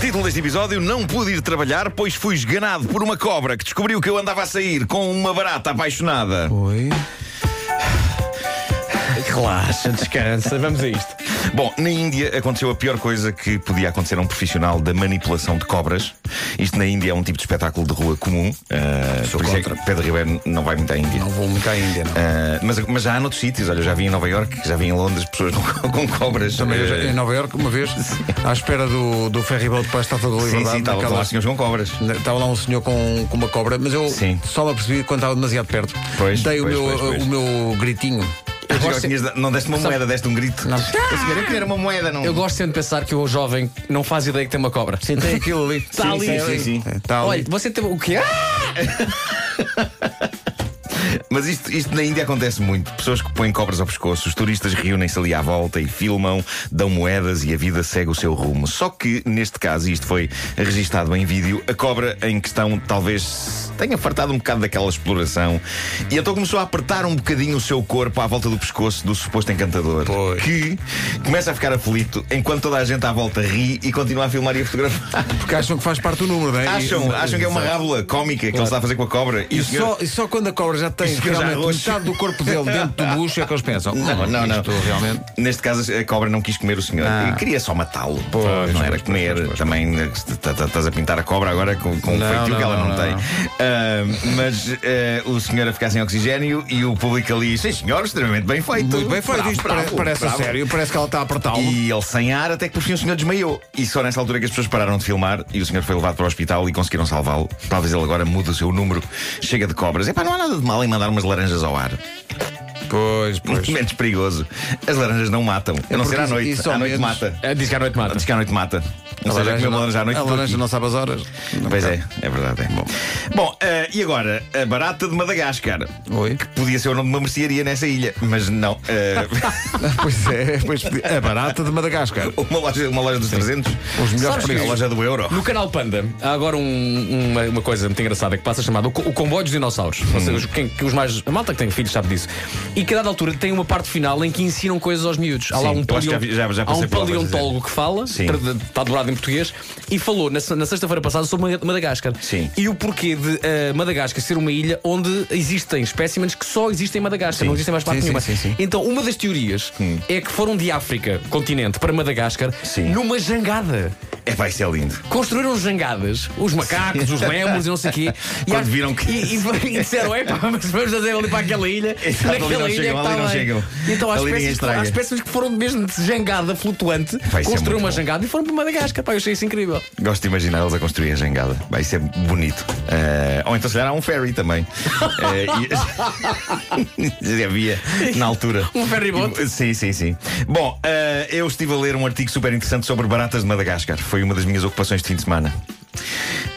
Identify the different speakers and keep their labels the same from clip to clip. Speaker 1: Título deste episódio: Não pude ir trabalhar, pois fui esganado por uma cobra que descobriu que eu andava a sair com uma barata apaixonada.
Speaker 2: Oi.
Speaker 3: Relaxa, descansa, vamos a isto.
Speaker 1: Bom, na Índia aconteceu a pior coisa que podia acontecer a um profissional da manipulação de cobras. Isto na Índia é um tipo de espetáculo de rua comum. Uh, por isso é que Pedro Ribeiro não vai muito à Índia.
Speaker 2: Não vou muito à Índia, não.
Speaker 1: Ah, mas, mas já há noutros sítios. Olha, eu já vi em Nova York, já vi em Londres pessoas com, com cobras.
Speaker 2: Também eu já-
Speaker 1: Eh,
Speaker 2: em Nova Iorque, uma vez, à espera do, do ferryboat para a Estátua da
Speaker 1: Sim,
Speaker 2: Liberdade.
Speaker 1: sim, estava
Speaker 2: naquela-
Speaker 1: lá os senhores com cobras.
Speaker 2: Na- Estava lá um senhor com, com uma cobra, mas eu
Speaker 1: Sim.
Speaker 2: só me apercebi quando estava demasiado perto.
Speaker 1: Pois,
Speaker 2: Dei
Speaker 1: pois,
Speaker 2: o, meu,
Speaker 1: pois, pois.
Speaker 2: o meu gritinho.
Speaker 1: Eu
Speaker 3: gosto-
Speaker 1: tinhas da- Não deste uma moeda, deste um grito.
Speaker 2: Não.
Speaker 1: Eu sei, eu queria era uma moeda, não.
Speaker 3: Eu gosto sempre de pensar que o jovem não faz ideia que tem uma cobra.
Speaker 2: Sim, tem aquilo ali.
Speaker 3: Está ali.
Speaker 2: tem
Speaker 3: Sim, Tá
Speaker 2: ali.
Speaker 1: sim, sim.
Speaker 2: Está É, tá ali.
Speaker 3: Olha, você tem. O quê? Ah!
Speaker 1: Mas isto, isto na Índia acontece muito. Pessoas que põem cobras ao pescoço, os turistas reúnem-se ali à volta e filmam, dão moedas e a vida segue o seu rumo. Só que, neste caso, e isto foi registado em vídeo, a cobra em questão talvez tenha fartado um bocado daquela exploração e então começou a apertar um bocadinho o seu corpo à volta do pescoço do suposto encantador.
Speaker 2: Pois.
Speaker 1: Que começa a ficar aflito enquanto toda a gente à volta ri e continua a filmar e a fotografar.
Speaker 2: Porque acham que faz parte do número, não é?
Speaker 1: Acham,
Speaker 2: E-
Speaker 1: acham que é uma rábula cómica que ele está a fazer com a cobra
Speaker 2: E
Speaker 1: o senhor-
Speaker 2: só, e só quando a cobra já tem
Speaker 1: Isso que já
Speaker 2: realmente
Speaker 1: roxo.
Speaker 2: metade do corpo dele dentro do bucho é que eles pensam.
Speaker 1: Não, não, não.
Speaker 2: Isto realmente.
Speaker 1: Neste caso, a cobra não quis comer o senhor.
Speaker 2: Ah.
Speaker 1: Queria só matá-lo.
Speaker 2: Pois,
Speaker 1: não era
Speaker 2: pois,
Speaker 1: comer. Também eh, est- tá- tá- estás a pintar a cobra agora com, com um
Speaker 2: Não,
Speaker 1: feitio
Speaker 2: não,
Speaker 1: que ela não,
Speaker 2: não,
Speaker 1: tem.
Speaker 2: não.
Speaker 1: Ah, mas eh, o senhor a ficar sem oxigênio e o público ali, sim senhor, extremamente bem feito.
Speaker 2: Muito bem feito.
Speaker 1: Bravo,
Speaker 2: Isto
Speaker 1: bravo,
Speaker 2: pare- parece a
Speaker 1: bravo.
Speaker 2: sério. Parece que ela está a apertá-lo.
Speaker 1: E ele sem ar, até que por fim o senhor desmaiou. E só nessa altura que as pessoas pararam de filmar e o senhor foi levado para o hospital e conseguiram salvá-lo. Talvez ele agora mude o seu número. Chega de cobras. Epá, não há nada de mal em mandar umas laranjas ao ar.
Speaker 2: Pois,
Speaker 1: Muito menos perigoso. As laranjas não matam. A não
Speaker 2: porque
Speaker 1: ser à
Speaker 2: isso-
Speaker 1: noite.
Speaker 2: isso ao
Speaker 1: à noite
Speaker 2: menos-
Speaker 1: mata.
Speaker 3: É, Diz que à noite mata.
Speaker 1: Diz que à noite mata. Não
Speaker 2: A
Speaker 1: seja
Speaker 2: laranja
Speaker 1: comer uma laranja à
Speaker 2: não-
Speaker 1: noite.
Speaker 2: a
Speaker 1: porque-
Speaker 2: laranja não sabe as horas.
Speaker 1: Pois é, é verdade. é. Bom, eh, e agora? A barata de Madagascar.
Speaker 2: Oi.
Speaker 1: Podia ser o nome de uma mercearia nessa ilha, mas não. Eh,
Speaker 2: Pois é, pois, a barata de Madagascar.
Speaker 1: uma, loja, uma loja dos 300.
Speaker 2: Os melhores
Speaker 1: Sabes que A
Speaker 2: preços.
Speaker 1: loja do euro.
Speaker 3: No canal Panda há agora um- uma, uma coisa muito engraçada que passa chamada o, co- o comboio dos dinossauros. Ou seja,
Speaker 1: Hum.
Speaker 3: os, quem- que os mais. A malta que tem filhos sabe disso. E que a dada altura tem uma parte final em que ensinam coisas aos miúdos. Há lá
Speaker 1: Sim,
Speaker 3: um,
Speaker 1: eu acho que já
Speaker 3: paleon-
Speaker 1: vi- já- já
Speaker 3: há
Speaker 1: passei
Speaker 3: um
Speaker 1: por lá, vais
Speaker 3: paleontólogo
Speaker 1: dizer.
Speaker 3: que fala,
Speaker 1: Sim.
Speaker 3: tra- está dobrado em português, e falou na, se- na sexta-feira passada sobre Mada- Madagascar.
Speaker 1: Sim.
Speaker 3: E o porquê de eh, Madagascar ser uma ilha onde existem espécimes que só existem em Madagascar, não existem mais parte
Speaker 2: Sim, sim,
Speaker 3: nenhuma.
Speaker 2: sim, sim.
Speaker 3: Então, uma das teorias é que foram de África, continente, para Madagascar,
Speaker 1: Hum. Sim.
Speaker 3: numa jangada.
Speaker 1: É, vai ser lindo.
Speaker 3: Construíram jangadas, os macacos, os lemos e não sei o quê. E,
Speaker 1: Quando
Speaker 3: às-
Speaker 1: viram que-
Speaker 3: E, e- e disseram, é pá, mas vamos fazer ali para aquela ilha.
Speaker 1: Exato, ali não chegam,
Speaker 3: é que
Speaker 1: ali não
Speaker 3: está bem."
Speaker 1: chegam.
Speaker 3: E então há
Speaker 1: Ali ninguém
Speaker 3: espécies, que-
Speaker 1: estraga.
Speaker 3: há espécies que foram mesmo de jangada flutuante,
Speaker 1: Vai ser muito
Speaker 3: construíram uma
Speaker 1: bom.
Speaker 3: jangada e foram para Madagascar. Pá, eu achei isso incrível.
Speaker 1: Gosto de imaginar eles a construir a jangada. Vai ser bonito. Eh, ou então se calhar há um ferry também. Eh, e- Havia na altura.
Speaker 3: Um ferryboat?
Speaker 1: E- Sim, sim, sim. Bom, eh, eu estive a ler um artigo super interessante sobre baratas de Madagascar. Foi uma das minhas ocupações de fim de semana.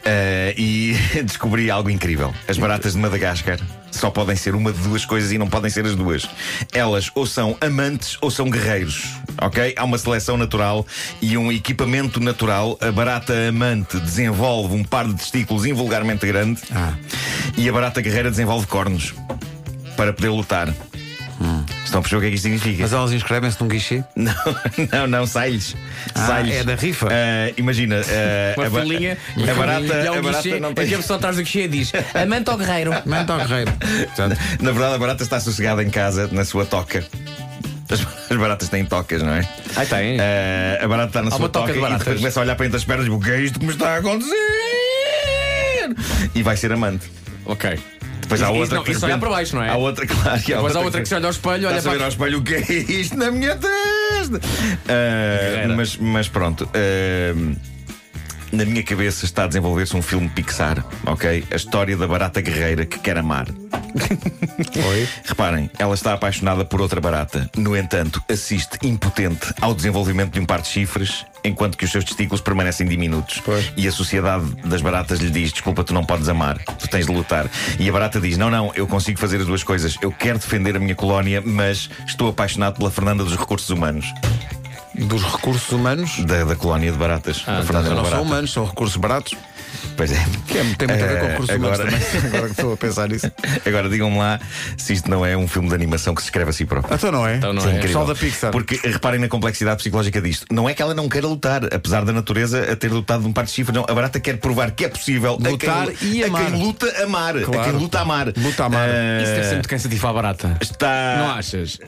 Speaker 1: Eh, e descobri algo incrível. As baratas de Madagascar só podem ser uma de duas coisas e não podem ser as duas. Elas ou são amantes ou são guerreiros. Ok? Há uma seleção natural e um equipamento natural. A barata amante desenvolve um par de testículos invulgarmente grande e a barata guerreira desenvolve cornos para poder lutar. Estão a perceber o que é que isto significa?
Speaker 2: Mas elas inscrevem-se num guichê?
Speaker 1: Não, não, não, sai-lhes.
Speaker 2: Ah,
Speaker 1: Sai-lhes.
Speaker 2: é da rifa?
Speaker 1: Ah, imagina, ah,
Speaker 3: Uma
Speaker 1: a, ba-
Speaker 3: filinha,
Speaker 1: a barata,
Speaker 3: e há um
Speaker 1: a barata
Speaker 3: guichê,
Speaker 1: não
Speaker 3: E
Speaker 1: tem.
Speaker 3: a pessoa atrás do guichê diz: Amante ao guerreiro.
Speaker 2: Manta ao guerreiro. então, Portanto,
Speaker 1: Na verdade, a barata está sossegada em casa, na sua toca. As as baratas têm tocas, não é?
Speaker 3: Ai, tem.
Speaker 1: Ah, a barata está na
Speaker 3: Há
Speaker 1: sua
Speaker 3: uma toca
Speaker 1: toca,
Speaker 3: de
Speaker 1: e
Speaker 3: baratas.
Speaker 1: depois começa a olhar para entre as pernas e diz, o que é isto que me está a acontecer? E vai ser amante.
Speaker 3: Ok.
Speaker 1: Depois há
Speaker 3: Isso-
Speaker 1: outra
Speaker 3: não,
Speaker 1: que de
Speaker 3: isso olhar
Speaker 1: repente-
Speaker 3: para baixo, não é?
Speaker 1: Há outra, claro. e
Speaker 3: Depois há outra que se olha ao espelho,
Speaker 1: Está
Speaker 3: olha
Speaker 1: a
Speaker 3: para-
Speaker 1: ver ao espelho o que é isto na minha testa. Ah,
Speaker 3: Guerreira.
Speaker 1: mas, mas pronto. ah, na minha cabeça está a desenvolver-se um filme Pixar, ok? A história da barata guerreira que quer amar.
Speaker 2: Oi.
Speaker 1: Reparem, ela está apaixonada por outra barata. No entanto, assiste impotente ao desenvolvimento de um par de chifres, enquanto que os seus testículos permanecem diminutos.
Speaker 2: Pois.
Speaker 1: E a sociedade das baratas lhe diz: Desculpa, tu não podes amar, tu tens de lutar. E a barata diz: Não, não, eu consigo fazer as duas coisas. Eu quero defender a minha colónia, mas estou apaixonado pela Fernanda dos Recursos Humanos,
Speaker 2: Dos recursos humanos.
Speaker 1: da, da colónia de baratas. a
Speaker 2: Não
Speaker 1: Fernanda era uma
Speaker 2: são
Speaker 1: barata.
Speaker 2: humanos, são recursos baratos.
Speaker 1: Pois é.
Speaker 2: Que é- tem muito a ver com
Speaker 1: Eh,
Speaker 2: recursos humanos
Speaker 1: agora-
Speaker 2: também. Agora que estou a pensar nisso.
Speaker 1: Agora digam-me lá se isto não é um filme de animação que se escreve a si próprio.
Speaker 2: Então não é?
Speaker 3: Então não
Speaker 1: Isso
Speaker 3: é.
Speaker 1: incrível.
Speaker 2: Só da Pixar.
Speaker 1: Porque reparem na complexidade psicológica disto. Não é que ela não queira lutar, apesar da natureza a ter lutado de um par de chifres, não. A barata quer provar que é possível
Speaker 2: Lutar
Speaker 1: a quem,
Speaker 2: e
Speaker 1: a
Speaker 2: amar.
Speaker 1: quem luta amar. A quem
Speaker 2: Claro.
Speaker 1: luta amar.
Speaker 2: Luta, amar.
Speaker 1: Eh, Ah,
Speaker 3: Isso deve ser muito cansativo à barata.
Speaker 1: está.
Speaker 3: Não achas?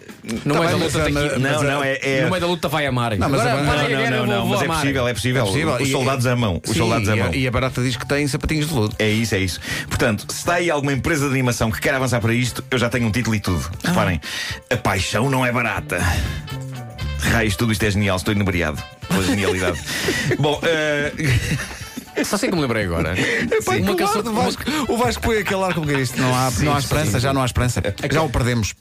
Speaker 3: No
Speaker 2: Tá
Speaker 3: meio da
Speaker 2: bem,
Speaker 3: luta
Speaker 2: mas,
Speaker 3: tem
Speaker 2: mas-
Speaker 3: que.
Speaker 1: Não, não, é. é-
Speaker 3: No meio da luta vai amar.
Speaker 2: Não, mas a
Speaker 3: Agora,
Speaker 2: barata-
Speaker 3: vai
Speaker 1: Não,
Speaker 3: a
Speaker 1: não,
Speaker 3: guerra,
Speaker 1: não,
Speaker 3: eu
Speaker 1: não,
Speaker 3: vou- vou
Speaker 1: mas é
Speaker 3: amar.
Speaker 1: possível, é possível.
Speaker 2: Possível.
Speaker 1: Os
Speaker 2: E-
Speaker 1: soldados amam. Os
Speaker 2: Sim,
Speaker 1: soldados
Speaker 2: e a-
Speaker 1: amam.
Speaker 2: E a barata diz que tem sapatinhos de luto.
Speaker 1: É isso, é isso. Portanto, se está aí alguma empresa de animação que quer avançar para isto, eu já tenho um título e tudo. Reparem, a paixão não é barata. Raios, tudo isto é genial, estou inebriado pela genialidade. Bom, eh,
Speaker 3: É Só sei que me lembrei agora.
Speaker 2: Pai,
Speaker 3: Uma
Speaker 2: que
Speaker 3: canção-
Speaker 2: guarda, o
Speaker 3: uma-
Speaker 2: Vasco, o Vasco põe aquele ar como que é isto. Não há, não há esperança, já não há esperança. Já o perdemos.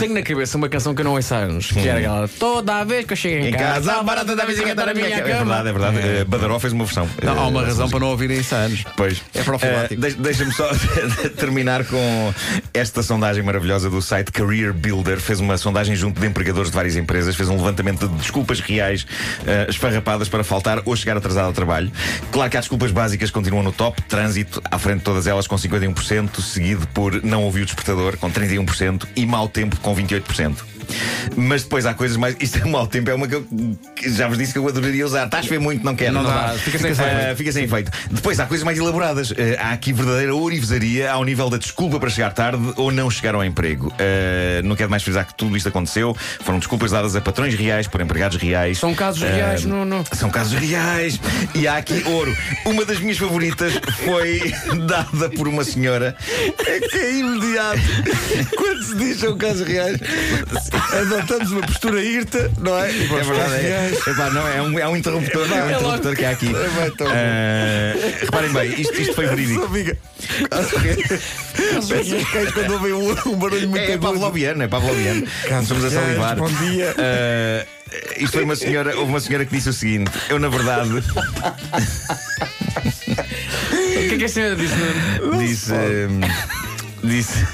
Speaker 3: Tenho na cabeça uma canção que eu não ouço há anos, que era aquela Toda vez que eu chego em,
Speaker 1: em casa, a barata da vizinha está na minha cama. É verdade, é verdade. Eh, Badaró fez uma versão.
Speaker 2: Não, há uma
Speaker 1: Eh,
Speaker 2: razão para não ouvirem isso há anos.
Speaker 1: Pois.
Speaker 2: É profilático.
Speaker 1: Eh, deix- Deixa-me só terminar com esta sondagem maravilhosa do site Career Builder. Fez uma sondagem junto de empregadores de várias empresas, fez um levantamento de desculpas reais eh, esfarrapadas para faltar ou chegar atrasado ao trabalho. Claro que há desculpas básicas que continuam no top: trânsito à frente de todas elas com 51%, seguido por não ouvir o despertador com 31% e mau tempo com 28%. Mas depois há coisas mais. Isto é mau tempo, é uma que eu que já vos disse que eu adoraria usar. Estás a ver muito, não quero.
Speaker 2: Não dá.
Speaker 1: Fica sem,
Speaker 2: Fica sem
Speaker 1: Eh,
Speaker 3: É.
Speaker 2: efeito.
Speaker 1: fica sem efeito. Depois há coisas mais elaboradas. Eh, há aqui verdadeira ourivesaria ao nível da desculpa para chegar tarde ou não chegar ao emprego. Eh, não quero mais frisar que tudo isto aconteceu. Foram desculpas dadas a patrões reais por empregados reais.
Speaker 3: São casos
Speaker 1: Eh,
Speaker 3: reais, não, não.
Speaker 1: São casos reais. E há aqui ouro. Uma das minhas favoritas foi dada por uma senhora
Speaker 2: que é imediato. Quando se diz são casos reais, adotamos uma postura irta, não é? E
Speaker 1: É
Speaker 2: vamos
Speaker 1: verdade,
Speaker 2: para
Speaker 1: é,
Speaker 2: reais.
Speaker 1: Epá, não, é, um, é um interruptor, é um
Speaker 3: logo.
Speaker 1: interruptor que há aqui.
Speaker 2: É bem tão bom.
Speaker 1: Eh, reparem bem, isto, isto foi verídico.
Speaker 2: Só fica. Parece os cães quando ouvem um, um barulho muito
Speaker 1: É, é
Speaker 2: agudo.
Speaker 1: pavloviano, é pavloviano.
Speaker 2: Casos
Speaker 1: Estamos a salivar.
Speaker 2: reais, bom dia.
Speaker 1: Ah, isto foi uma senhora, houve uma senhora que disse o seguinte: Eu, na verdade,
Speaker 3: O que é que a senhora disse?
Speaker 1: disse. hum, disse.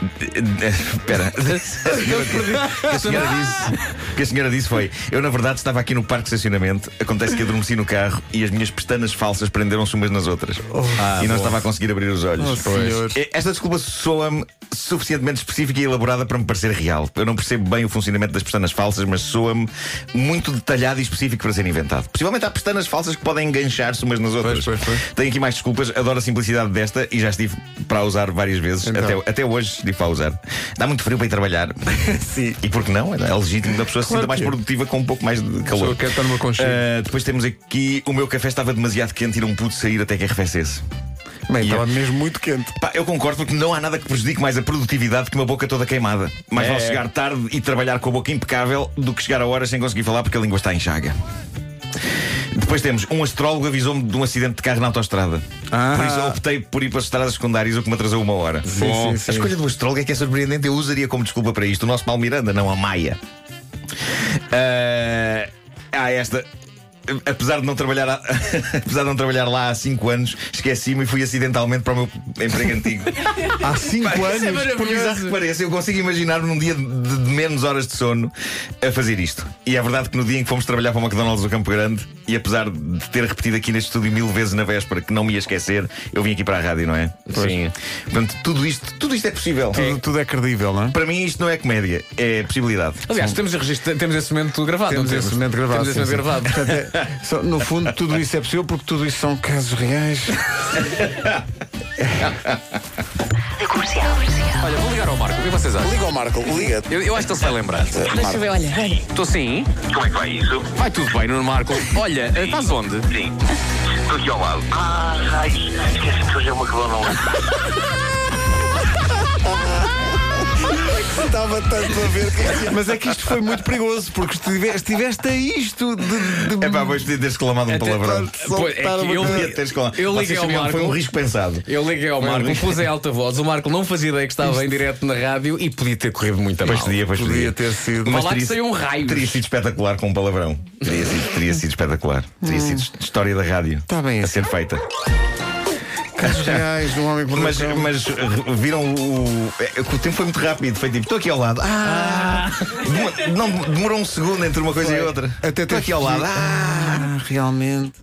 Speaker 1: Espera, o que a senhora disse, o que a senhora disse foi: Eu, na verdade, estava aqui no parque de estacionamento. Acontece que adormeci no carro e as minhas pestanas falsas prenderam-se umas nas outras. e não estava a conseguir abrir os olhos.
Speaker 2: Ah, Oh, senhor.
Speaker 1: Eh, Esta desculpa soa-me suficientemente específica e elaborada para me parecer real. Eu não percebo bem o funcionamento das pestanas falsas, mas soa-me muito detalhado e específico para ser inventado. Possivelmente há pestanas falsas que podem enganchar-se umas nas outras.
Speaker 2: pois, pois.
Speaker 1: Tenho aqui mais desculpas, adoro a simplicidade desta e já estive para a usar várias vezes.
Speaker 2: Então.
Speaker 1: Até, até hoje estive para a usar. Dá muito frio para ir trabalhar.
Speaker 2: Sim.
Speaker 1: E porque não? É legítimo da pessoa se
Speaker 2: Claro
Speaker 1: sinta mais
Speaker 2: que é.
Speaker 1: produtiva com um pouco mais de
Speaker 2: A
Speaker 1: calor.
Speaker 2: pessoa quer estar numa conchinha.
Speaker 1: Ah, depois temos aqui: o meu café estava demasiado quente e não pude sair até que arrefecesse.
Speaker 2: Bem,
Speaker 1: E
Speaker 2: estava
Speaker 1: eu-
Speaker 2: mesmo muito quente.
Speaker 1: Pá, eu concordo porque não há nada que prejudique mais a produtividade que uma boca toda queimada. Mais
Speaker 3: É.
Speaker 1: vale chegar tarde e trabalhar com a boca impecável do que chegar a horas sem conseguir falar porque a língua está em chaga. Depois temos um astrólogo avisou-me de um acidente de carro na autoestrada.
Speaker 2: Ah.
Speaker 1: Por isso eu optei por ir para as estradas secundárias, o que me atrasou uma hora.
Speaker 2: Sim, sim, sim.
Speaker 1: A escolha do astrólogo é que é surpreendente. Eu usaria como desculpa para isto o nosso mal Miranda, não a Maia. Ah, ah, esta. Apesar de, não trabalhar há- apesar de não trabalhar lá há 5 anos, esqueci-me e fui acidentalmente para o meu emprego antigo.
Speaker 2: Há 5
Speaker 1: Pá,
Speaker 2: anos.
Speaker 1: isso é maravilhoso. Por bizarro que pareça, eu consigo imaginar-me num dia de, de menos horas de sono a fazer isto. E é verdade que no dia em que fomos trabalhar para o McDonald's do Campo Grande, e apesar de ter repetido aqui neste estúdio mil vezes na véspera que não me ia esquecer, eu vim aqui para a rádio, não é?
Speaker 3: Sim.
Speaker 1: Portanto, tudo isto, tudo isto é possível.
Speaker 2: Tudo, tudo é credível, não é?
Speaker 1: Para mim, isto não é comédia, é possibilidade.
Speaker 3: Aliás, temos, esse registro- temos esse momento gravado.
Speaker 2: Temos
Speaker 3: não
Speaker 2: esse momento gravado.
Speaker 3: Temos esse momento
Speaker 2: sim,
Speaker 3: gravado.
Speaker 2: sim. Portanto, é- só- no fundo, tudo isso é possível porque tudo isso são casos reais.
Speaker 4: Comercial.
Speaker 3: Olha, vou ligar ao Marco. O que vocês acham?
Speaker 2: Liga ao Marco, liga.
Speaker 3: Eu, eu acho que ele se vai lembrar.
Speaker 4: Deixa eu ver, olha.
Speaker 3: Estou sim?
Speaker 5: Como é que vai isso?
Speaker 3: Vai tudo bem, Nuno Marco. Olha, estás onde?
Speaker 5: Sim. Estou aqui ao lado. Ah, raios. Esqueci que hoje é uma coluna.
Speaker 2: Estava tanto a ver que... Mas é que isto foi muito perigoso porque estive- estiveste a isto de. de-
Speaker 1: É pá, pois podia ter exclamado um palavrão.
Speaker 2: Só
Speaker 3: Pois, é
Speaker 2: para
Speaker 3: que eu-
Speaker 2: uma-
Speaker 1: Podia ter exclamado.
Speaker 3: Eu
Speaker 1: Vocês
Speaker 3: liguei ao
Speaker 1: sabiam,
Speaker 3: Marco.
Speaker 1: Foi um risco pensado.
Speaker 3: Eu liguei ao Marco,
Speaker 1: Bem,
Speaker 3: pus em alta voz. O Marco não fazia ideia que estava em direto na rádio e podia ter corrido muito a mal.
Speaker 1: Pois podia, pois
Speaker 2: Podia
Speaker 1: podia.
Speaker 2: ter sido.
Speaker 1: Mas
Speaker 3: Vá lá
Speaker 1: teria-
Speaker 3: que saiu um raio.
Speaker 1: Teria sido espetacular com um palavrão. Teria sido, teria sido espetacular. Teria
Speaker 3: Hum.
Speaker 1: sido história da rádio
Speaker 2: Tá bem
Speaker 1: a
Speaker 2: isso.
Speaker 1: ser feita.
Speaker 2: Casos reais de um homem que mordeu
Speaker 1: Mas,
Speaker 2: o cão.
Speaker 1: mas eh, viram o. é, é que O tempo foi muito rápido. Foi tipo, estou aqui ao lado. Ah! Demo- não, demorou um segundo entre uma coisa e outra.
Speaker 2: Até ter
Speaker 1: Estou aqui ao lado.
Speaker 2: percebido.
Speaker 1: Ah!
Speaker 2: Ah, realmente.